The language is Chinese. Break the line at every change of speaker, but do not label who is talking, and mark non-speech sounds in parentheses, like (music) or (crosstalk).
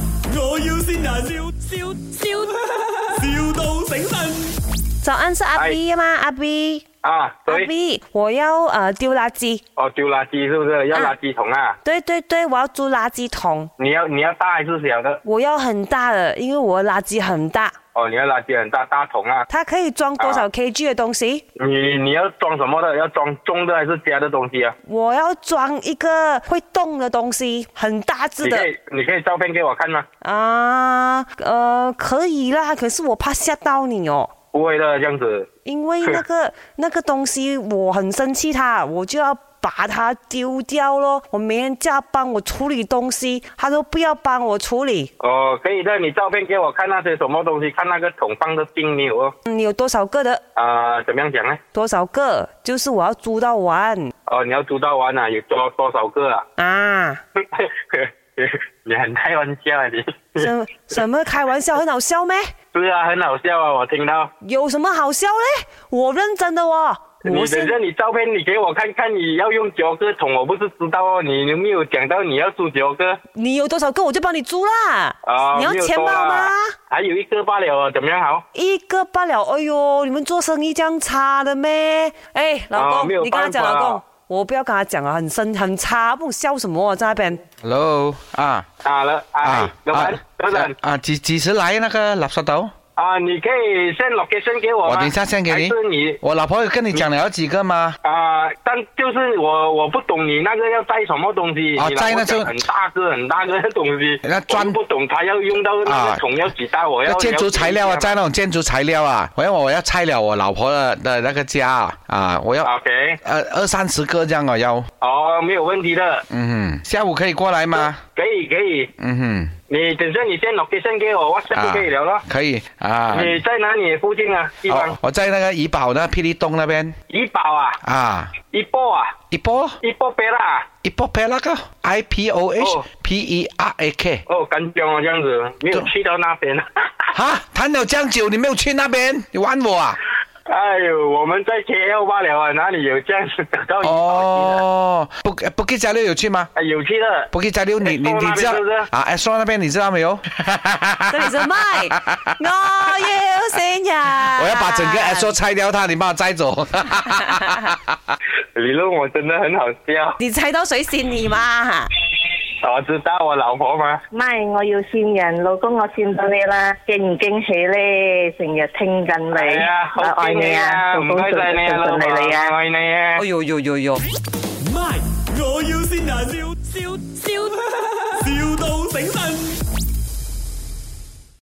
要先人，笑笑笑，,笑到醒神。
早安，是阿
哎
B 吗？阿 B，
啊，
阿
对，
B，我要呃丢垃圾。
哦，丢垃圾是不是要
啊
垃圾桶啊？
对对对，我要租垃圾桶，
你要你要大还是小的？
我要很大的，因为我垃圾很大。
哦，你要垃圾很大大桶啊？
它可以装多少 kg 的东西？
你你要装什么的？要装重的还是加的东西啊？
我要装一个会动的东西，很大只
你
的
可以你可以照片给我看吗？
啊，呃，可以啦，可是我怕吓到你哦。
不会的，这样子。
因为那
(laughs)
个那个东西，我很生气它，我就要把它丢掉咯。我没人叫他帮我处理东西，他都不要帮我处理。
哦，可以的，你照片给我看那些什么东西，看那个桶放的钉没有哦。
嗯你有多少个的？
啊、怎么样讲呢？
多少个？就是我要租到完
哦，你要租到完啊？有多多少个啊？ (laughs)
啊！
你很开玩笑啊你？
什什么开玩笑，很好笑咩？
是啊，很好笑啊，我听到。
有什么好笑嘞？我认真的哦，
你
我
等
是
着你照片，你给我看看，你要用九个桶，我不是知道哦，你有没有讲到你要租九个
你有多少个我就帮你租啦。
啊？
你要
没有
钱包
多啦
吗？
还有一个罢了哦，怎么样好？
一个罢了。哎呦，你们做生意这样差的咩？哎，老公，
啊没有
你跟他讲，
办法
老公，我不要跟他讲啊了，很深很差，不懂笑什么、啊、在那边。
Hello 啊
啊了啊
啊，
老板，老板
啊啊！几几时来那个垃圾桶？
啊，你可以 send location 给我吗？
我等一下先给
还
你
是哎你。
我老婆有跟你讲了有几个吗？
啊、但就是我我不懂你那个要带什么东西，
啊
你老
带那
婆讲
就
很大个很大个的东西，
那砖
我不懂他要用到那
啊
个桶要几大，我要
那建筑材料啊，
在
在那种建筑材料啊，我要我要拆了我老婆的的那个家啊，啊我要
OK，
呃二三十个这样啊要，
哦，没有问题的，
嗯哼，下午可以过来吗？
可以可以，
嗯
你等下你先 location 给我
哼，
，WhatsApp 就可以了咯。
可以啊。
你嗯在哪里附近啊？地方
哦？，我在那个怡宝那霹雳东那边
怡宝啊，
啊，
怡宝啊，
一波
怡宝贝啊啦。
一波拍那个 I P O
哦
H P E R A K
哦，干将啊，这样子没有
对
去到那边。啊
哈，谈了这样久，你没有去那边，你玩我啊？
(laughs) 哎呦，我们在 KL 罢了啊，哪里有这样子得到怡宝去的？
哦，不不给加六有去吗？
啊，有去的。
不给加六，你你
Expo
你
那边
知道
是不是
啊？S 那边你知道没有？
这里是
(laughs)
麦，我要新人。
我
啊
我
要把整个
哎
S 拆掉它，你帮我摘走。
理论我真的很好笑，
你猜到谁是你嘛？
我知道我老婆嘛，
咪，我要善人，老公我善到你啦，驚唔驚喜咧？成日聽緊你，
係啊，
我
好
愛
驚
你
喜
啊，
啊，
做
唔
工順
該晒你啊，老
順
婆，
利利啊！
愛你啊
哎。呦呦呦呦！
咪，我要先人，笑笑 (laughs)